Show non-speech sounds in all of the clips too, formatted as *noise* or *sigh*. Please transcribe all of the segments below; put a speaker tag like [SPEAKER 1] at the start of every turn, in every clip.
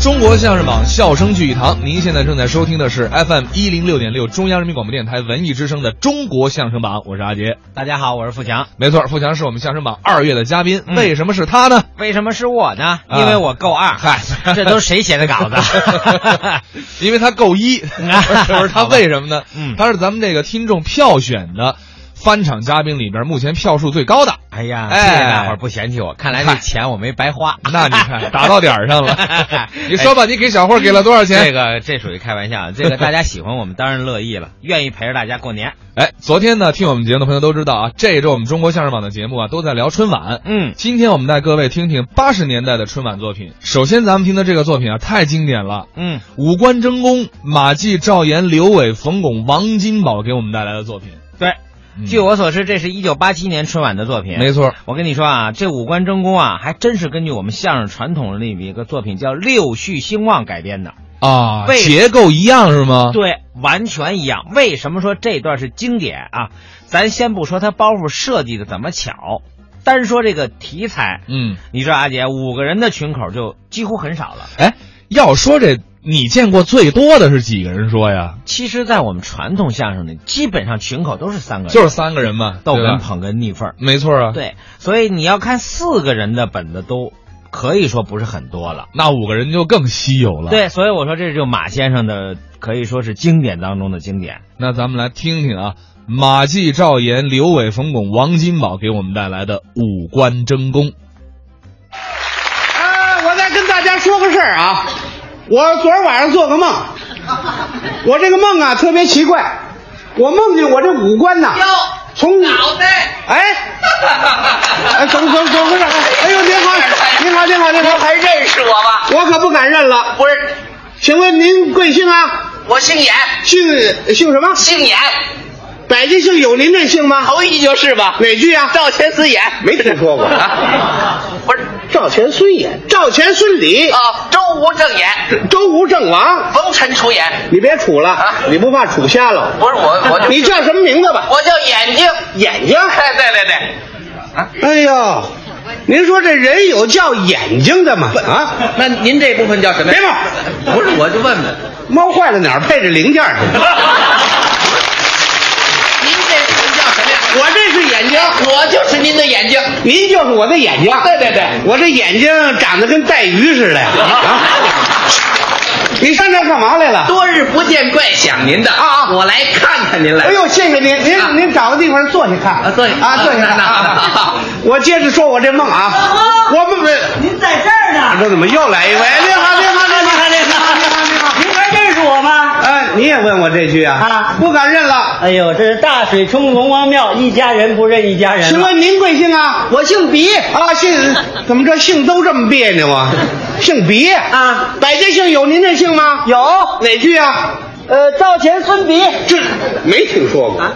[SPEAKER 1] 中国相声榜，笑声聚一堂。您现在正在收听的是 FM 一零六点六中央人民广播电台文艺之声的《中国相声榜》，我是阿杰。
[SPEAKER 2] 大家好，我是富强。
[SPEAKER 1] 没错，富强是我们相声榜二月的嘉宾。
[SPEAKER 2] 嗯
[SPEAKER 1] 为什么是他呢？
[SPEAKER 2] 为什么是我呢？
[SPEAKER 1] 啊
[SPEAKER 2] 因为我够二。
[SPEAKER 1] 嗨
[SPEAKER 2] *laughs* 这都是谁写的稿子？
[SPEAKER 1] *laughs* 因为他够
[SPEAKER 2] *laughs*
[SPEAKER 1] 一，就是他为什么呢？
[SPEAKER 2] 嗯
[SPEAKER 1] 他是咱们这个听众票选的翻场嘉宾里边目前票数最高的。
[SPEAKER 2] *laughs* 哎呀，谢
[SPEAKER 1] 哎
[SPEAKER 2] 谢大伙儿不嫌弃我，看来这钱我没白花。
[SPEAKER 1] 那你看，
[SPEAKER 2] *laughs*
[SPEAKER 1] 打到点儿上了。你说吧，你给小霍给了多少
[SPEAKER 2] 这
[SPEAKER 1] 钱？
[SPEAKER 2] 个这属于开玩笑，啊这个大家喜欢我们当然乐意 *laughs* 了，愿意陪着大家过年。
[SPEAKER 1] 哎，昨天呢，听我们节目的朋友都知道啊，这一周我们中国相声榜的节目啊，都在聊春晚。
[SPEAKER 2] 嗯，
[SPEAKER 1] 今天我们带各位听听八十年代的春晚作品。首先，咱们听的这个作品啊，太经典了，
[SPEAKER 2] 嗯，
[SPEAKER 1] 五官争功，马季、赵岩、刘伟、冯巩、王金宝给我们带来的作品。
[SPEAKER 2] 对。
[SPEAKER 1] 嗯
[SPEAKER 2] 据我所知，这是一九八七年春晚的作品。
[SPEAKER 1] 没错，
[SPEAKER 2] 我跟你说啊，这五官争功啊，还真是根据我们相声传统里面一个作品叫《六序兴旺》改编的。
[SPEAKER 1] 啊，
[SPEAKER 2] 为
[SPEAKER 1] 结构一样是吗？
[SPEAKER 2] 对，完全一样。为什么说这段是经典啊？咱先不说它包袱设计的怎么巧，单说这个题材，
[SPEAKER 1] 嗯，
[SPEAKER 2] 你知道阿姐五个人的群口就几乎很少了。
[SPEAKER 1] 哎，要说这你见过最多的是几个人说呀？
[SPEAKER 2] 其实，在我们传统相声里，基本上群口都是三个人，
[SPEAKER 1] 就是三个人嘛，
[SPEAKER 2] 逗
[SPEAKER 1] 对吧
[SPEAKER 2] 哏、捧哏、逆缝儿。
[SPEAKER 1] 没错啊。
[SPEAKER 2] 对，所以你要看四个人的本子都可以说不是很多了。
[SPEAKER 1] 那五个人就更稀有了。，
[SPEAKER 2] 对，所以我说这就是马先生的可以说是经典当中的经典。
[SPEAKER 1] 那咱们来听听啊，马季、赵岩、刘伟、冯巩、王金宝给我们带来的五官争功。
[SPEAKER 3] 啊，我再跟大家说个事儿啊，我昨儿晚上做个梦，我这个梦啊特别奇怪，我梦见我这五官呐，从
[SPEAKER 4] 脑袋。
[SPEAKER 3] 哎，哎，怎么怎么怎么回事？哎呦，您好，您好，您好，您
[SPEAKER 4] 您
[SPEAKER 3] 好，
[SPEAKER 4] 还认识我吗？
[SPEAKER 3] 我可不敢认了。
[SPEAKER 4] 不是，
[SPEAKER 3] 请问您贵姓啊？
[SPEAKER 4] 我姓演，
[SPEAKER 3] 姓姓什么？
[SPEAKER 4] 姓演，
[SPEAKER 3] 百家姓有您这姓吗？
[SPEAKER 4] 头一就是吧？
[SPEAKER 3] 哪句啊？
[SPEAKER 4] 赵钱孙演，
[SPEAKER 3] 没听说过
[SPEAKER 4] 啊，不是
[SPEAKER 3] 赵钱孙演，赵钱孙李，
[SPEAKER 4] 啊，周吴郑演，
[SPEAKER 3] 周吴郑王。
[SPEAKER 4] 冯陈楚演，
[SPEAKER 3] 你别杵了
[SPEAKER 4] 啊，
[SPEAKER 3] 你不怕杵瞎了？
[SPEAKER 4] 不是我，我就
[SPEAKER 3] 你叫什么名字吧？
[SPEAKER 4] 我叫眼睛，
[SPEAKER 3] 眼睛
[SPEAKER 4] 哎，对对对，啊，
[SPEAKER 3] 哎呦，您说这人有叫眼睛的吗？啊，
[SPEAKER 4] 那您这部分叫什
[SPEAKER 3] 别
[SPEAKER 4] 呀？
[SPEAKER 3] 闹，
[SPEAKER 4] 不是，我就问 *laughs* 问，
[SPEAKER 3] 猫坏了哪儿配着零件儿去？
[SPEAKER 4] 您这部分叫什么呀？
[SPEAKER 3] 我这是眼睛，
[SPEAKER 4] 我就是您的眼睛，
[SPEAKER 3] 您就是我的眼睛。
[SPEAKER 4] 对对对
[SPEAKER 3] 我这眼睛长得跟带鱼似的呀！啊，
[SPEAKER 4] *laughs*
[SPEAKER 3] 你上这儿干嘛来了？
[SPEAKER 4] 多日不见，怪想您的
[SPEAKER 3] 啊啊
[SPEAKER 4] 我来看看您来。
[SPEAKER 3] 哎呦，谢谢您，您、
[SPEAKER 4] 啊
[SPEAKER 3] 您找个地方坐下看
[SPEAKER 4] 啊坐下
[SPEAKER 3] 啊，坐下
[SPEAKER 4] 啊
[SPEAKER 3] 看 *laughs*
[SPEAKER 4] 那那那
[SPEAKER 3] 啊
[SPEAKER 4] 好。
[SPEAKER 3] 我接着说我这梦啊，我们
[SPEAKER 5] 哦您在这儿呢？哎
[SPEAKER 3] 这怎么又来一位？您好，您好，您好，您好，您好，您好。
[SPEAKER 5] 您还认识我吗？
[SPEAKER 3] 哎，你也问我这句啊？
[SPEAKER 5] 啊
[SPEAKER 3] 不敢认了。
[SPEAKER 5] 哎呦，这是大水冲龙王庙，一家人不认一家人
[SPEAKER 3] 请
[SPEAKER 5] 了。
[SPEAKER 3] 问您贵姓啊？
[SPEAKER 5] 我姓鼻，
[SPEAKER 3] 啊，姓怎么这姓都这么别扭啊？姓
[SPEAKER 5] *laughs*
[SPEAKER 3] 鼻
[SPEAKER 5] 啊
[SPEAKER 3] 百家姓有您这姓吗？
[SPEAKER 5] 有
[SPEAKER 3] 哪句啊？
[SPEAKER 5] 呃赵钱孙鼻，
[SPEAKER 3] 这
[SPEAKER 5] *laughs*
[SPEAKER 3] 没听说过。啊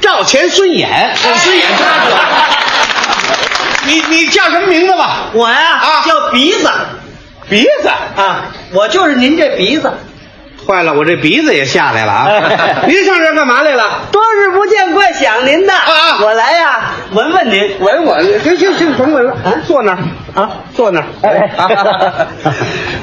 [SPEAKER 3] 赵钱孙衍，孙衍他说。 *laughs* 你你叫什么名字吧？
[SPEAKER 5] 我呀、
[SPEAKER 3] 啊
[SPEAKER 5] 叫鼻子
[SPEAKER 3] 鼻子
[SPEAKER 5] 啊，我就是您这鼻子。
[SPEAKER 3] 坏了，我这鼻子也下来
[SPEAKER 5] *laughs*
[SPEAKER 3] 了啊！您上这儿干嘛来了？
[SPEAKER 5] 多日不见，怪想您的。
[SPEAKER 6] 哎
[SPEAKER 3] 啊
[SPEAKER 5] 我来呀、闻闻您。
[SPEAKER 3] 闻我，行行行，甭闻了，坐那儿
[SPEAKER 5] 啊，
[SPEAKER 3] 坐那儿。
[SPEAKER 5] 哎啊
[SPEAKER 3] 啊 *laughs*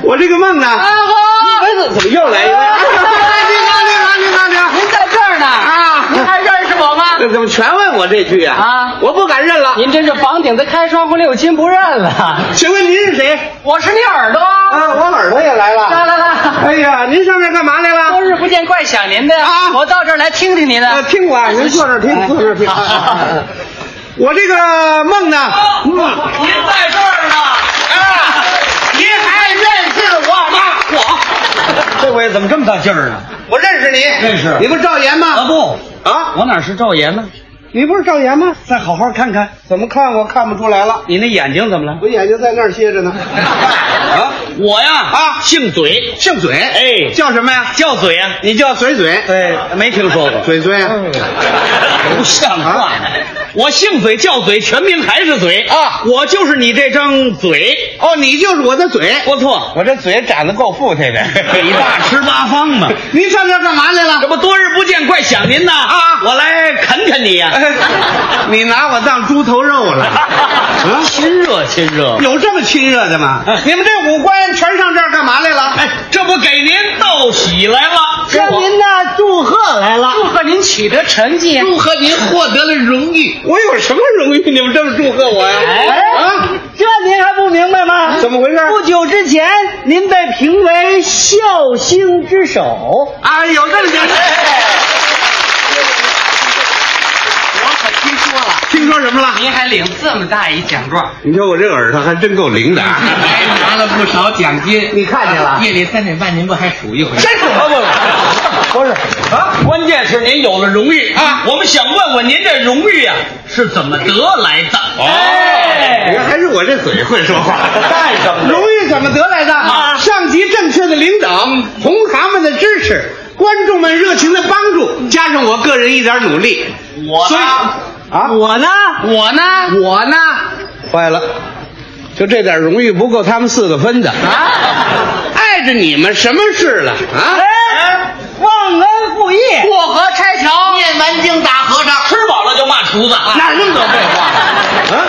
[SPEAKER 3] 我这个梦呢？哎
[SPEAKER 5] 好，
[SPEAKER 3] 怎么又来一位？您好，您好，您好，您好，
[SPEAKER 5] 啊您在这儿呢
[SPEAKER 3] 啊
[SPEAKER 5] 您还认识我吗？
[SPEAKER 3] 这怎么全问我这句啊？
[SPEAKER 5] 啊
[SPEAKER 3] 我不敢认了。
[SPEAKER 5] *laughs* 您真是房顶子开窗户六亲不认了。
[SPEAKER 3] 请问您是谁？
[SPEAKER 5] 我是你耳朵。
[SPEAKER 3] 啊，我耳朵也来了。
[SPEAKER 5] 来来来
[SPEAKER 3] 哎呀，您上这儿干嘛来
[SPEAKER 5] *laughs* 多
[SPEAKER 3] 了？
[SPEAKER 5] 日不见，怪想您的呀！
[SPEAKER 3] 啊
[SPEAKER 5] 我到这儿来听听您的。
[SPEAKER 3] 啊，听我，您坐这儿听，坐这儿听。 *laughs* 我这个梦呢？
[SPEAKER 4] 哦
[SPEAKER 3] 哦
[SPEAKER 5] 您在这儿呢，啊，您还认识我吗？
[SPEAKER 3] 这回怎么这么大劲儿呢？我认识你，认识你不是赵岩吗？啊不啊，我哪是赵岩呢？你不是赵岩吗？再好好看看，怎么看我看不出来了？你那眼睛怎么了？我眼睛在那儿歇着呢。 *laughs* 啊，
[SPEAKER 5] 我呀，
[SPEAKER 3] 啊
[SPEAKER 5] 姓嘴，
[SPEAKER 3] 姓嘴，
[SPEAKER 5] 哎
[SPEAKER 3] 叫什么呀？
[SPEAKER 5] 叫嘴呀，
[SPEAKER 3] 你叫嘴嘴，
[SPEAKER 5] 对，没听说过，
[SPEAKER 3] 嘴嘴
[SPEAKER 5] *laughs* 不像话
[SPEAKER 3] 啊。
[SPEAKER 5] 我姓嘴叫嘴，全名还是嘴
[SPEAKER 3] 啊
[SPEAKER 5] 我就是你这张嘴，
[SPEAKER 3] 哦，你就是我的嘴。
[SPEAKER 5] 不错，
[SPEAKER 3] 我这嘴长得够富态
[SPEAKER 5] *laughs*
[SPEAKER 3] 的，
[SPEAKER 5] 北大吃八方嘛。
[SPEAKER 3] *laughs* 您上这儿干嘛来
[SPEAKER 5] 这
[SPEAKER 3] 了？
[SPEAKER 5] 不多日不见，怪想您呐
[SPEAKER 3] 啊
[SPEAKER 5] 我来啃啃你呀、 *laughs*
[SPEAKER 3] 哎 *laughs* 你拿我当猪头肉了？啊，
[SPEAKER 5] 亲热亲热。啊
[SPEAKER 3] 有这么亲热的吗？你们这五官全上这儿干嘛来了？
[SPEAKER 5] 我哎给您道喜来了，
[SPEAKER 3] 跟您那祝贺来了，
[SPEAKER 5] 贺您取得成绩
[SPEAKER 4] 祝贺您获得了荣誉。
[SPEAKER 3] 我有什么荣誉？你们这么祝贺我呀？啊，
[SPEAKER 6] 哎这您还不明白吗？
[SPEAKER 3] 怎么回事？
[SPEAKER 6] 不久之前，您被评为孝星之首。哎
[SPEAKER 3] 哎，有这么点
[SPEAKER 5] 我可听说了，
[SPEAKER 3] 听说什么了？
[SPEAKER 5] 您还领这么大一奖状，哎
[SPEAKER 3] 你瞧我这耳朵还真够灵的
[SPEAKER 5] *laughs*
[SPEAKER 3] 啊！
[SPEAKER 5] 还拿了不少奖金。
[SPEAKER 3] 你看见了
[SPEAKER 5] 夜里三点半您不还数一回？
[SPEAKER 3] 真是不不是
[SPEAKER 5] 啊，关键是您有了荣誉
[SPEAKER 3] 啊
[SPEAKER 5] 我们想问问您这荣誉啊是怎么得来的？
[SPEAKER 3] 你
[SPEAKER 5] 哎，
[SPEAKER 3] 看还是我这嘴会说话。
[SPEAKER 5] 干什么的
[SPEAKER 3] 荣誉怎么得来的？
[SPEAKER 5] 啊
[SPEAKER 3] 上级正确的领导，同行们的支持，观众们热情的帮助，加上我个人一点努力，
[SPEAKER 5] 我
[SPEAKER 3] 所以啊，
[SPEAKER 6] 我呢？
[SPEAKER 5] 我呢？
[SPEAKER 3] 我呢，坏了，就这点荣誉不够他们四个分的啊！碍着你们什么事了啊？
[SPEAKER 6] 哎，忘恩负义。
[SPEAKER 5] 过河拆桥，
[SPEAKER 4] 念完经打和尚，
[SPEAKER 5] 吃饱了就骂厨子啊！
[SPEAKER 3] 哪那么多废话啊？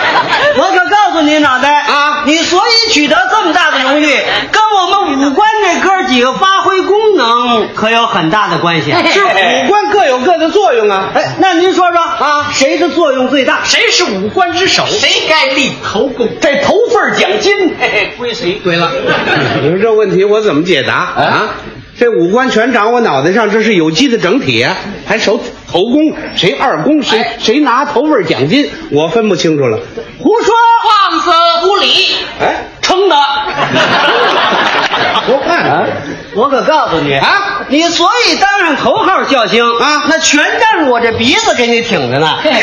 [SPEAKER 6] 我可告诉你，脑袋
[SPEAKER 3] 啊
[SPEAKER 6] 你所以取得这么大的荣誉，跟我们五官这哥几个发挥功能可有很大的关系。
[SPEAKER 3] 是
[SPEAKER 5] 哎
[SPEAKER 3] 五官各有各的作用啊！哎，
[SPEAKER 6] 那您说说啊，谁的作用最大？
[SPEAKER 5] 谁是五官之首？
[SPEAKER 4] *laughs* 谁该立头功？
[SPEAKER 5] 这头份奖金归谁？归了。
[SPEAKER 3] *laughs*
[SPEAKER 5] 哦
[SPEAKER 3] 你说这问题我怎么解答啊？这五官全长我脑袋上，这是有机的整体啊，还手头功，谁二功，谁
[SPEAKER 5] 哎
[SPEAKER 3] 谁拿头份奖金，我分不清楚了。
[SPEAKER 6] 胡说！
[SPEAKER 4] 放肆无礼！
[SPEAKER 3] 哎，
[SPEAKER 5] 撑的。
[SPEAKER 3] *laughs* 我看啊
[SPEAKER 6] 我可告诉你
[SPEAKER 3] 啊，
[SPEAKER 6] 你所以当上头号笑星
[SPEAKER 3] 啊哎
[SPEAKER 6] 那全仗着我这鼻子给你挺着呢，
[SPEAKER 3] 跟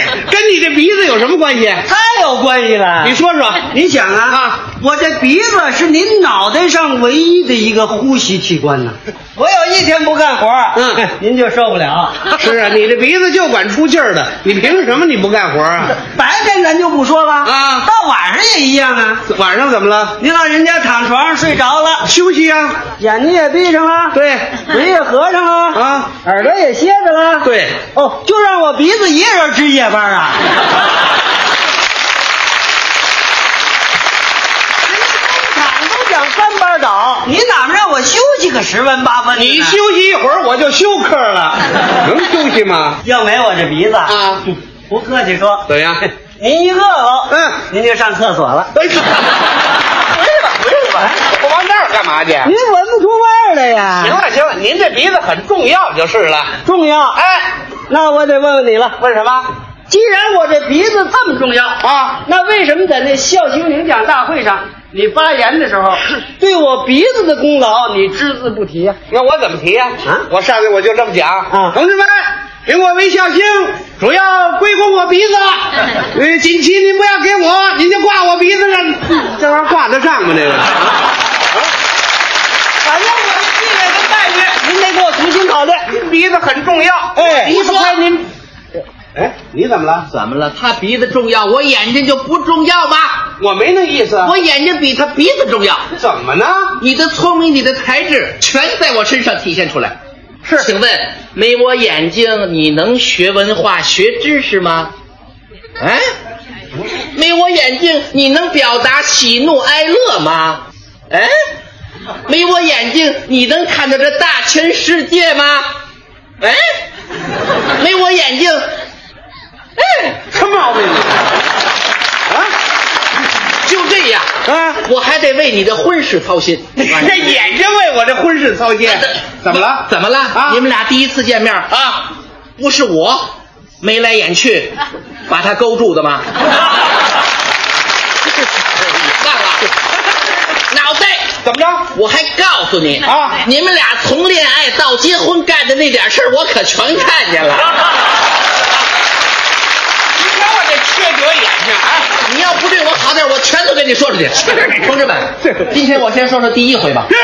[SPEAKER 3] 你这鼻子有什么关系？
[SPEAKER 6] 太有关系了。
[SPEAKER 3] 你说说，
[SPEAKER 6] 你想啊，
[SPEAKER 3] 啊
[SPEAKER 6] 我这鼻子是您脑袋上唯一的一个呼吸器官呢。 *laughs* 我有一天不干活，
[SPEAKER 3] 嗯
[SPEAKER 6] 您就受不 *laughs* 了。
[SPEAKER 3] *laughs* 是啊，你这鼻子就管出气儿的，你凭什么你不干活啊？
[SPEAKER 6] 白天咱就不说了
[SPEAKER 3] 啊
[SPEAKER 6] 到晚上也一样啊。
[SPEAKER 3] 晚上怎么了？
[SPEAKER 6] 您老人家躺床上睡着了，
[SPEAKER 3] 休息啊，
[SPEAKER 6] 眼睛也闭上了，
[SPEAKER 3] 对
[SPEAKER 6] 嘴也合上了，
[SPEAKER 3] 啊
[SPEAKER 6] 耳朵也歇着了，
[SPEAKER 3] 对，
[SPEAKER 6] 哦，就让我鼻子一个人值夜班啊。人家工厂都讲三班倒，你哪能让我休息个十分八分的呢？
[SPEAKER 3] 你休息一会儿我就休克了，能休息吗？
[SPEAKER 6] 要没我这鼻子
[SPEAKER 3] 啊，
[SPEAKER 6] 不客气说，
[SPEAKER 3] 怎样？
[SPEAKER 6] 您一饿了，
[SPEAKER 3] 嗯 *laughs*
[SPEAKER 6] 您就上厕所了。
[SPEAKER 3] 哎，回去吧，回去吧，我往那儿干嘛去？
[SPEAKER 6] 您闻不出味儿来呀？
[SPEAKER 3] 行了行了，您这鼻子很重要就是了。
[SPEAKER 6] 重要。
[SPEAKER 3] 哎，
[SPEAKER 6] 那我得问问你了，
[SPEAKER 3] 问什么？
[SPEAKER 6] 既然我这鼻子这么重要
[SPEAKER 3] 啊，
[SPEAKER 6] 那为什么在那孝行领奖大会上你发言的时候，对我鼻子的功劳你只字不提呀、
[SPEAKER 3] 那我怎么提呀、
[SPEAKER 6] 啊
[SPEAKER 3] 我上去我就这么讲
[SPEAKER 6] 啊
[SPEAKER 3] 同志们，评我为孝星，主要归功我鼻子
[SPEAKER 6] *laughs*
[SPEAKER 3] 了。呃，锦旗您不要给我，您就挂我鼻子
[SPEAKER 6] *laughs*
[SPEAKER 3] 上，这玩意儿挂得上吗？这个。
[SPEAKER 6] 反正我的地位跟待遇，您得给我重新考虑。
[SPEAKER 3] 鼻子很重要。
[SPEAKER 6] 哎，
[SPEAKER 3] 鼻
[SPEAKER 6] 离
[SPEAKER 3] 子
[SPEAKER 6] 不开您，
[SPEAKER 3] 哎，你怎么了？
[SPEAKER 4] 怎么了？他鼻子重要，我眼睛就不重要吗？
[SPEAKER 3] 我没那意思。啊
[SPEAKER 4] 我眼睛比他鼻子重要。
[SPEAKER 3] 怎么呢？
[SPEAKER 6] 啊
[SPEAKER 4] 你的聪明，你的才智，全在我身上体现出来。
[SPEAKER 3] 是
[SPEAKER 4] 请问没我眼睛，你能学文化、学知识吗？哎，没我眼睛，你能表达喜怒哀乐吗？哎，没我眼睛，你能看到这大千世界吗？哎，没我眼睛，哎，
[SPEAKER 3] 什么毛病
[SPEAKER 4] 就这样，
[SPEAKER 3] 啊？
[SPEAKER 4] 我还得为你的婚事操心。
[SPEAKER 3] 你这 *laughs* 眼睛为我这婚事操
[SPEAKER 6] 哎
[SPEAKER 3] 心，怎么了？
[SPEAKER 4] 哎怎么了？
[SPEAKER 3] 啊
[SPEAKER 4] 你们俩第一次见面啊，不是我眉来眼去把他勾住的 *laughs* 吗？忘了， *laughs* 脑袋。
[SPEAKER 3] 怎么着？
[SPEAKER 4] 我还告诉你
[SPEAKER 3] 啊
[SPEAKER 4] 你们俩从恋爱到结婚干的那点事儿，我可全看见 *laughs* 了。你要不对我好点，我全都跟你说出去。 *laughs* 同志们，今天我先说说第一回吧。
[SPEAKER 6] *laughs*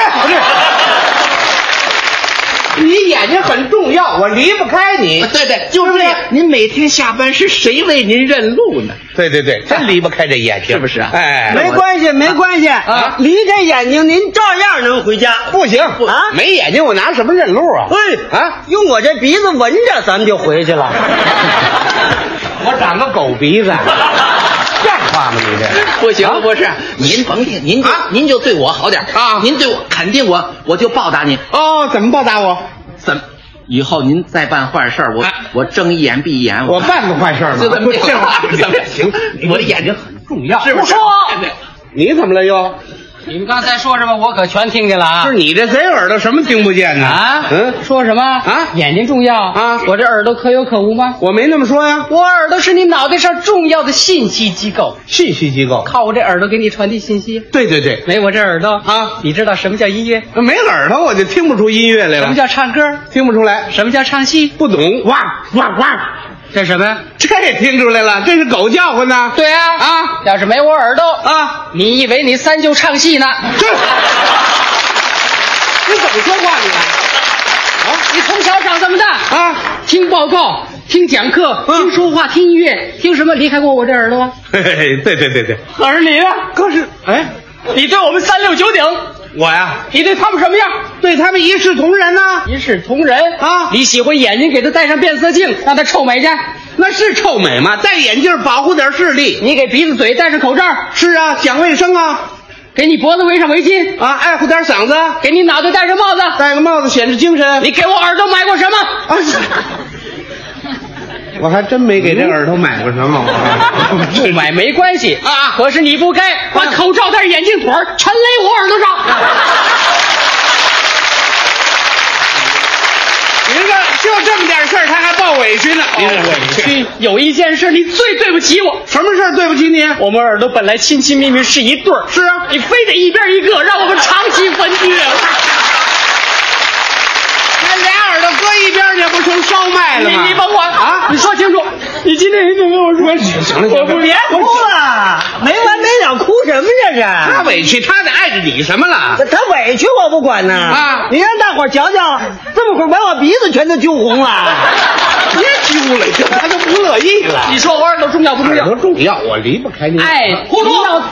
[SPEAKER 3] 你眼睛很重要，我离不开你。
[SPEAKER 4] 对对，就是这样。您每天下班是谁为您认路呢？
[SPEAKER 3] 对对对，真离不开这眼睛，
[SPEAKER 4] 是不是啊
[SPEAKER 3] 哎，
[SPEAKER 6] 没关系，没关系啊，离开眼睛您照样能回家。
[SPEAKER 3] 不行
[SPEAKER 6] 啊
[SPEAKER 3] 没眼睛我拿什么认路啊？
[SPEAKER 6] 哎
[SPEAKER 3] 啊，
[SPEAKER 6] 用我这鼻子闻着，咱们
[SPEAKER 3] *laughs*
[SPEAKER 6] 就回去了。 *laughs*
[SPEAKER 3] 我长个狗鼻子，像话吗你？这啊个 *laughs*
[SPEAKER 4] 不行
[SPEAKER 6] 啊
[SPEAKER 4] 了，不是，您甭听，您就您就对我好点啊，您对我肯定我，我就报答您。
[SPEAKER 3] 哦，怎么报答我？
[SPEAKER 4] 怎么？以后您再办坏事儿，我我睁一眼闭一眼。
[SPEAKER 3] *laughs* 我办过坏事吗？
[SPEAKER 4] 这怎么这话
[SPEAKER 3] 这
[SPEAKER 4] 怎么行？我的眼睛很重要，是不是？
[SPEAKER 3] 你怎么了又？
[SPEAKER 6] 你们刚才说什么？我可全听见了啊！
[SPEAKER 3] 是你这贼耳朵什么听不见呢？
[SPEAKER 6] 啊，
[SPEAKER 3] 嗯，
[SPEAKER 6] 说什么
[SPEAKER 3] 啊
[SPEAKER 6] 眼睛重要
[SPEAKER 3] 啊
[SPEAKER 6] 我这耳朵可有可无吗？
[SPEAKER 3] 我没那么说呀。
[SPEAKER 6] 我耳朵是你脑袋上重要的信息机构，
[SPEAKER 3] 信息机构。
[SPEAKER 6] 靠我这耳朵给你传递信息。
[SPEAKER 3] 对对对，
[SPEAKER 6] 没我这耳朵
[SPEAKER 3] 啊
[SPEAKER 6] 你知道什么叫音乐？
[SPEAKER 3] 没耳朵我就听不出音乐来了。
[SPEAKER 6] 什么叫唱歌？
[SPEAKER 3] 听不出来？
[SPEAKER 6] 什么叫唱戏？
[SPEAKER 3] 不懂。哇哇哇！
[SPEAKER 6] 这什么呀？
[SPEAKER 3] 这也听出来了，这是狗叫唤呢。
[SPEAKER 6] 对啊
[SPEAKER 3] 啊
[SPEAKER 6] 要是没我耳朵，
[SPEAKER 3] 啊，
[SPEAKER 6] 你以为你三舅唱戏呢？
[SPEAKER 3] 这你怎么说话你啊？
[SPEAKER 6] 啊你从小长这么大
[SPEAKER 3] 啊，
[SPEAKER 6] 听报告，听讲课，
[SPEAKER 3] 嗯
[SPEAKER 6] 听说话，听音乐，听什么离开过我这耳朵吗？
[SPEAKER 3] 嘿嘿嘿，对对对对，
[SPEAKER 6] 可是你呢？
[SPEAKER 3] 可是哎，
[SPEAKER 6] 啊你对我们三六九鼎，
[SPEAKER 3] 我呀，
[SPEAKER 6] 你对他们什么样？
[SPEAKER 3] 对他们一视同仁呐、
[SPEAKER 6] 一视同仁
[SPEAKER 3] 啊
[SPEAKER 6] 你喜欢眼睛，给他戴上变色镜，让他臭美去；
[SPEAKER 3] 那是臭美吗？戴眼镜保护点视力。
[SPEAKER 6] 你给鼻子、嘴戴上口罩，
[SPEAKER 3] 是啊，讲卫生啊，
[SPEAKER 6] 给你脖子围上围巾，
[SPEAKER 3] 啊，爱护点嗓子，
[SPEAKER 6] 给你脑袋戴上帽子。
[SPEAKER 3] 戴个帽子显示精神。
[SPEAKER 6] 你给我耳朵买过什么？
[SPEAKER 3] 啊，是 *laughs* 我还真没给这耳朵买过什么。
[SPEAKER 6] *laughs* 不买没关系
[SPEAKER 3] *laughs* 啊
[SPEAKER 6] 可是你不该把口罩戴眼镜腿儿全勒我耳朵上。
[SPEAKER 3] *laughs* 您这就这么点事儿，他还抱委屈呢。您这委屈，
[SPEAKER 6] 哦有一件事你最对不起我，
[SPEAKER 3] 什么事儿对不起你？
[SPEAKER 6] 我们耳朵本来亲亲密密是一对儿，
[SPEAKER 3] 是啊
[SPEAKER 6] 你非得一边一个，让我们长期分居。啊
[SPEAKER 3] *laughs* 那俩耳朵搁一边儿，这不成烧麦了
[SPEAKER 6] 你
[SPEAKER 3] 吗？
[SPEAKER 6] 你甭管
[SPEAKER 3] 啊！
[SPEAKER 6] 你说清楚，你今天一定跟我说。
[SPEAKER 3] 行了行了，
[SPEAKER 5] 别哭了，没完没了，哭什么这是？
[SPEAKER 3] 他委屈，他得碍着你什么了？
[SPEAKER 5] 他委屈我不管呢
[SPEAKER 3] 啊
[SPEAKER 5] 你让大伙儿瞧瞧，这么会儿把我鼻子全都揪红了。
[SPEAKER 3] 别揪了，他都不乐意了。
[SPEAKER 6] 你说我耳朵重要不重
[SPEAKER 3] 耳
[SPEAKER 6] 要
[SPEAKER 4] 哎
[SPEAKER 3] 朵？重要，我离不开你。
[SPEAKER 6] 哎，
[SPEAKER 3] 糊涂
[SPEAKER 6] 你让我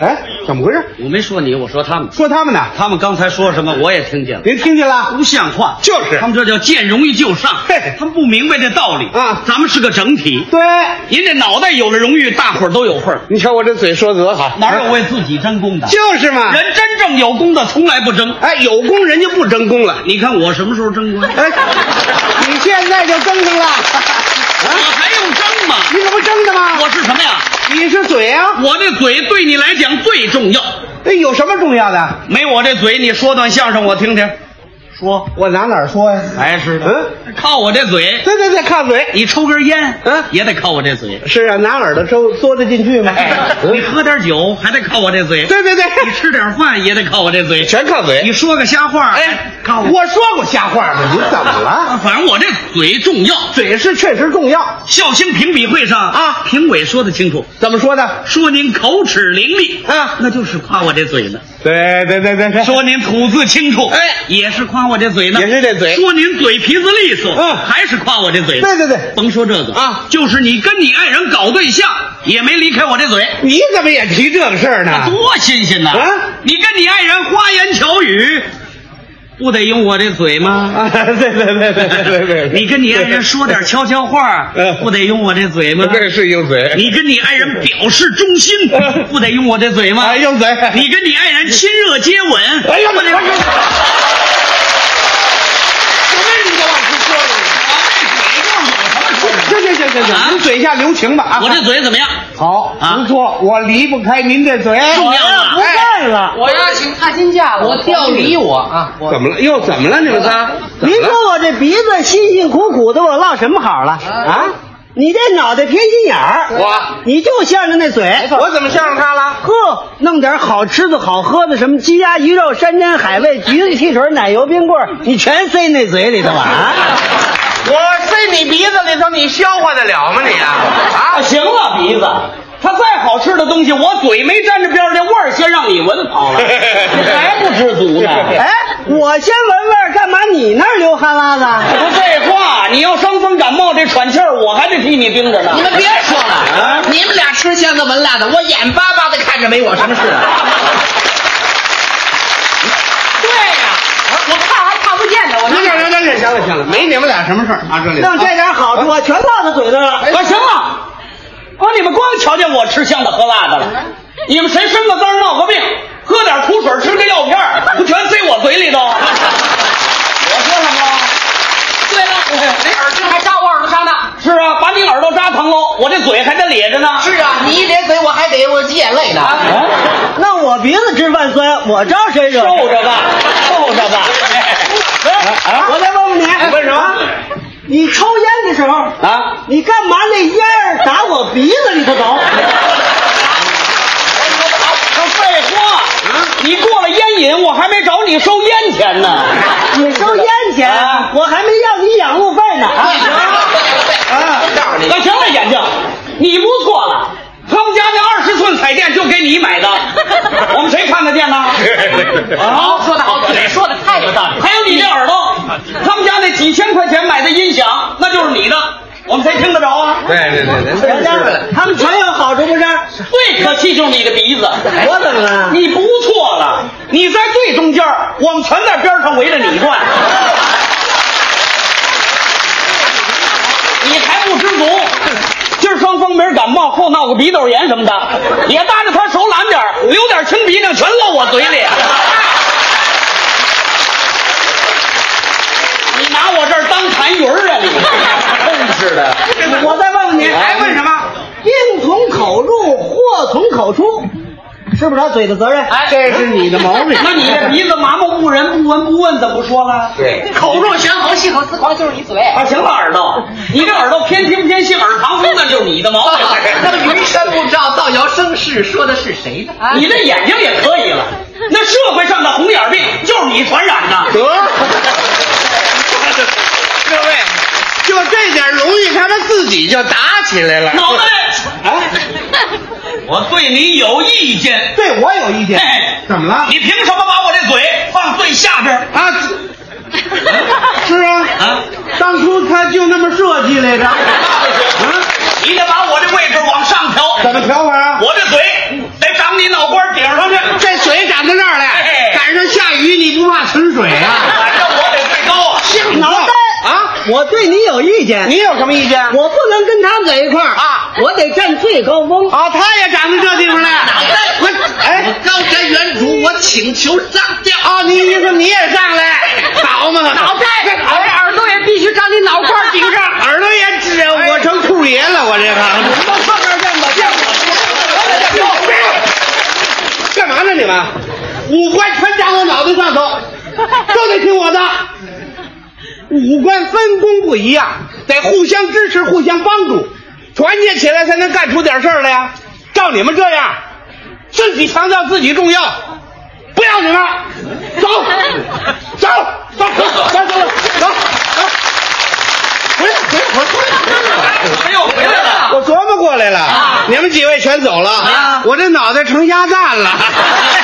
[SPEAKER 3] 哎，怎么回事？
[SPEAKER 6] 我没说你，我说他们，
[SPEAKER 3] 说他们呢？
[SPEAKER 6] 他们刚才说什么我也听见了，
[SPEAKER 3] 您听见了？
[SPEAKER 6] 不像话。
[SPEAKER 3] 就是
[SPEAKER 6] 他们这叫见容易就上
[SPEAKER 3] 嘿，
[SPEAKER 6] 他们不明 *laughs* 白这道理
[SPEAKER 3] 啊
[SPEAKER 6] 咱们是个整体，
[SPEAKER 3] 对，
[SPEAKER 6] 您这脑袋有了荣誉，大伙儿都有份儿，
[SPEAKER 3] 你瞧我这嘴说得好，啊
[SPEAKER 6] 哪有为自己争功的？
[SPEAKER 3] 就是嘛。
[SPEAKER 6] 人真正有功的从来不争。
[SPEAKER 3] 哎，有功人家不争功了。
[SPEAKER 6] 你看我什么时候争功？
[SPEAKER 3] 哎， *laughs* 你现在就争上了，
[SPEAKER 6] *laughs* 我还用争吗？
[SPEAKER 3] 你可不争的吗？
[SPEAKER 6] 我是什么呀？
[SPEAKER 3] 你是嘴啊，
[SPEAKER 6] 我这嘴对你来讲最重要，
[SPEAKER 3] 那有什么重要的？
[SPEAKER 6] 没我这嘴，你说段相声我听听。说，
[SPEAKER 3] 我拿哪儿说呀？
[SPEAKER 6] 哎，是的，
[SPEAKER 3] 嗯，
[SPEAKER 6] 靠我这嘴，
[SPEAKER 3] 对对对，靠嘴。
[SPEAKER 6] 你抽根烟，
[SPEAKER 3] 嗯
[SPEAKER 6] 也得靠我这嘴。
[SPEAKER 3] 是啊，拿耳朵周嘬得进去吗？嗯
[SPEAKER 6] 你喝点酒还得靠我这嘴，
[SPEAKER 3] 对对对，
[SPEAKER 6] 哎你吃点饭也得靠我这嘴，
[SPEAKER 3] 全靠嘴。
[SPEAKER 6] 你说个瞎话，
[SPEAKER 3] 哎，
[SPEAKER 6] 靠我，
[SPEAKER 3] 我说过瞎话吗？你怎么了？
[SPEAKER 6] 反正我这嘴重要。
[SPEAKER 3] 嘴是确实重要。
[SPEAKER 6] 孝兴评比会上
[SPEAKER 3] 啊
[SPEAKER 6] 评委说的清楚，
[SPEAKER 3] 怎么说的？
[SPEAKER 6] 说您口齿伶俐
[SPEAKER 3] 啊
[SPEAKER 6] 那就是夸我这嘴呢；
[SPEAKER 3] 对对对对对，
[SPEAKER 6] 说您吐字清楚，
[SPEAKER 3] 哎
[SPEAKER 6] 也是夸我这嘴呢；
[SPEAKER 3] 也是这嘴
[SPEAKER 6] 说您嘴皮子利索，
[SPEAKER 3] 嗯
[SPEAKER 6] 还是夸我这嘴呢。
[SPEAKER 3] 对对对，
[SPEAKER 6] 甭说这个
[SPEAKER 3] 啊
[SPEAKER 6] 就是你跟你爱人搞对象，也没离开我这嘴。
[SPEAKER 3] 你怎么也提这个事儿
[SPEAKER 5] 啊
[SPEAKER 3] 呢？
[SPEAKER 6] 啊多新鲜呐！
[SPEAKER 3] 啊
[SPEAKER 6] 你跟你爱人花言巧语，不得用我这嘴吗？
[SPEAKER 3] 啊，对对对对对对对，
[SPEAKER 6] 你跟你爱人说点悄悄话
[SPEAKER 3] 嗯，
[SPEAKER 6] 不得用我这嘴吗？
[SPEAKER 3] 这是用嘴，
[SPEAKER 6] 你跟你爱人表示忠心
[SPEAKER 3] 嗯，
[SPEAKER 6] 不得用我这嘴吗
[SPEAKER 5] 哎
[SPEAKER 3] 啊？用嘴，
[SPEAKER 6] 你跟你爱人亲热接吻，
[SPEAKER 3] 哎呀
[SPEAKER 6] 不得用我这嘴吗
[SPEAKER 3] 行行行行
[SPEAKER 6] 啊
[SPEAKER 3] 行，您嘴下留情吧啊！
[SPEAKER 6] 我这嘴怎么样？
[SPEAKER 3] 好，
[SPEAKER 6] 啊
[SPEAKER 3] 不错，我离不开您这嘴。
[SPEAKER 6] 重要啊
[SPEAKER 3] 哎
[SPEAKER 5] 干了，
[SPEAKER 6] 我要请踏金架
[SPEAKER 4] 我调离我啊，我
[SPEAKER 3] 怎么了？又怎么了？你们仨？怎
[SPEAKER 6] 哎
[SPEAKER 5] 您
[SPEAKER 3] 么了
[SPEAKER 5] 说我这鼻子辛辛苦苦的，我落什么好了啊？你这脑袋偏心眼儿，
[SPEAKER 3] 我
[SPEAKER 5] 你就向着那嘴。
[SPEAKER 3] 我怎么向着他了？
[SPEAKER 5] 呵，弄点好吃的好喝的，什么鸡鸭鱼肉、山珍海味、橘子汽水、奶油冰棍儿，你全塞那嘴里头了啊！
[SPEAKER 3] 我塞你鼻子里头，你消化得了吗你啊？
[SPEAKER 6] 啊，行了，鼻子，它再好吃的东西，我嘴没沾着边儿，这味儿先让你闻跑了，你还不知足呢？
[SPEAKER 5] *laughs* 哎，我先闻味儿，干嘛你那儿流哈喇子？
[SPEAKER 6] 不废话，你要伤风感冒，这喘气儿我还得替你盯着呢。
[SPEAKER 4] 你们别说了，
[SPEAKER 6] 啊
[SPEAKER 4] 你们俩吃香的闻辣的，我眼巴巴的看着没我什么事啊。对呀、我看还看不见呢，我
[SPEAKER 3] 行行行行，行了行了，没你们俩什么事儿啊？这里头
[SPEAKER 5] 弄这点好处啊，全落到嘴上了。
[SPEAKER 3] 啊，行了，
[SPEAKER 6] 光你们光瞧见我吃香的喝辣的了，你们谁生个滋儿闹个病，喝点苦水吃个药片儿，不全塞我嘴里头？我说什么了？对了，你耳钉还扎我耳朵上呢。是啊，把你耳朵扎疼喽，我这嘴还得咧着呢。
[SPEAKER 4] 是啊，你一咧嘴，我还得我挤眼泪呢。
[SPEAKER 6] 啊
[SPEAKER 5] 那我鼻子吃饭酸，我招谁惹？
[SPEAKER 6] 受着吧，受着吧。哎
[SPEAKER 5] 啊！哎我再问问你，
[SPEAKER 6] 问什么
[SPEAKER 5] 啊你抽烟的时候
[SPEAKER 6] 啊，
[SPEAKER 5] 你干嘛那烟儿打我鼻子里头
[SPEAKER 6] 哎
[SPEAKER 5] 走？
[SPEAKER 6] 废话，
[SPEAKER 5] 啊
[SPEAKER 6] 你过了烟瘾，我还没找你收烟钱呢。
[SPEAKER 5] 你收烟钱
[SPEAKER 6] 啊，
[SPEAKER 5] 我还没要你养路费呢。啊
[SPEAKER 4] 啊，告诉你，
[SPEAKER 6] 那行了，眼镜，你不错了。他们家那二十寸彩电就给你
[SPEAKER 5] *laughs*
[SPEAKER 6] 买的，我们谁看得见呢？
[SPEAKER 4] 好说得好，你说的太有道理。
[SPEAKER 6] 还有你这耳朵，他们家那几千块钱买的音响，那就是你的，我们谁听得着啊？
[SPEAKER 1] 对对对对，
[SPEAKER 5] 我家人他们全有好处不是？
[SPEAKER 6] 最可气就是你的鼻子，
[SPEAKER 5] 我怎么了？
[SPEAKER 6] 你不错了，你在最中间儿，我们全在边上围着你
[SPEAKER 5] *laughs*
[SPEAKER 6] 转。你还不知足，今儿双风鼻感冒，后闹个鼻窦炎什么的，也搭着他手懒点儿流点清鼻涕全漏我嘴 *laughs* 里。你拿我这儿当痰盂儿啊你！真是的，哎
[SPEAKER 5] 我再问问你，
[SPEAKER 6] 还问什么？
[SPEAKER 5] 病从口入，祸从口出，是不是他嘴的责任？
[SPEAKER 6] 哎，
[SPEAKER 5] 这是你的毛病
[SPEAKER 6] 那你这鼻子麻木不仁，不闻不问，怎么不说了？
[SPEAKER 4] 对， *laughs* 口若悬河，细口丝狂，就是你 *laughs* 嘴。
[SPEAKER 6] 啊，行了，耳朵，你这耳朵偏听偏信，耳旁风，那就是你的毛病。
[SPEAKER 4] 那云山雾罩，道遥生事，说的是谁呢？啊，
[SPEAKER 6] *laughs* 你那眼睛也可以了，那社会上的红眼病就是你传染的。
[SPEAKER 4] 各位，就这点荣誉，他们自己就打起来了
[SPEAKER 6] 脑袋，哎，我对你有意见。
[SPEAKER 5] 对我有意见
[SPEAKER 6] 哎，
[SPEAKER 5] 怎么了？
[SPEAKER 6] 你凭什么把我这嘴放最下边儿？
[SPEAKER 5] 啊，是啊，
[SPEAKER 6] 啊，
[SPEAKER 5] 当初他就那么设计来着。
[SPEAKER 6] 你得把我这位置往上调。
[SPEAKER 5] 怎么调法啊？
[SPEAKER 6] 我这嘴得长你脑瓜顶上去。
[SPEAKER 3] *laughs*
[SPEAKER 5] 这水长到这儿
[SPEAKER 6] 哎
[SPEAKER 5] 赶上下雨你不怕存水啊？
[SPEAKER 3] 哎
[SPEAKER 6] 反正我得最
[SPEAKER 3] *laughs*
[SPEAKER 6] 高啊！
[SPEAKER 5] 脑袋啊！我对你有意见，
[SPEAKER 3] 你有什么意见？
[SPEAKER 5] 我不能跟他们在一块儿啊，我得占最高峰。
[SPEAKER 3] 啊，他也长到这地方来，
[SPEAKER 4] 我哎，我刚才原主，我请求上吊啊！
[SPEAKER 3] 你意思你也上来，倒嘛，脑袋，哎，耳朵也必须长你脑瓜顶上， *laughs* 哎耳朵也指我成兔爷了，我这个
[SPEAKER 6] 你们上面见吧，见吧。
[SPEAKER 3] 干嘛呢？你们五官全长我脑袋上头，都得听我的。五官分工不一样，得互相支持、互相帮助，团结起来才能干出点事儿来呀。照你们这样，自己强调自己重要，不要你们，走，走，走，走，走，走，走，走，回来，回来，
[SPEAKER 6] 哎呦，回来了。
[SPEAKER 3] 我琢磨过来了，你们几位全走了，我这脑袋成鸭蛋了。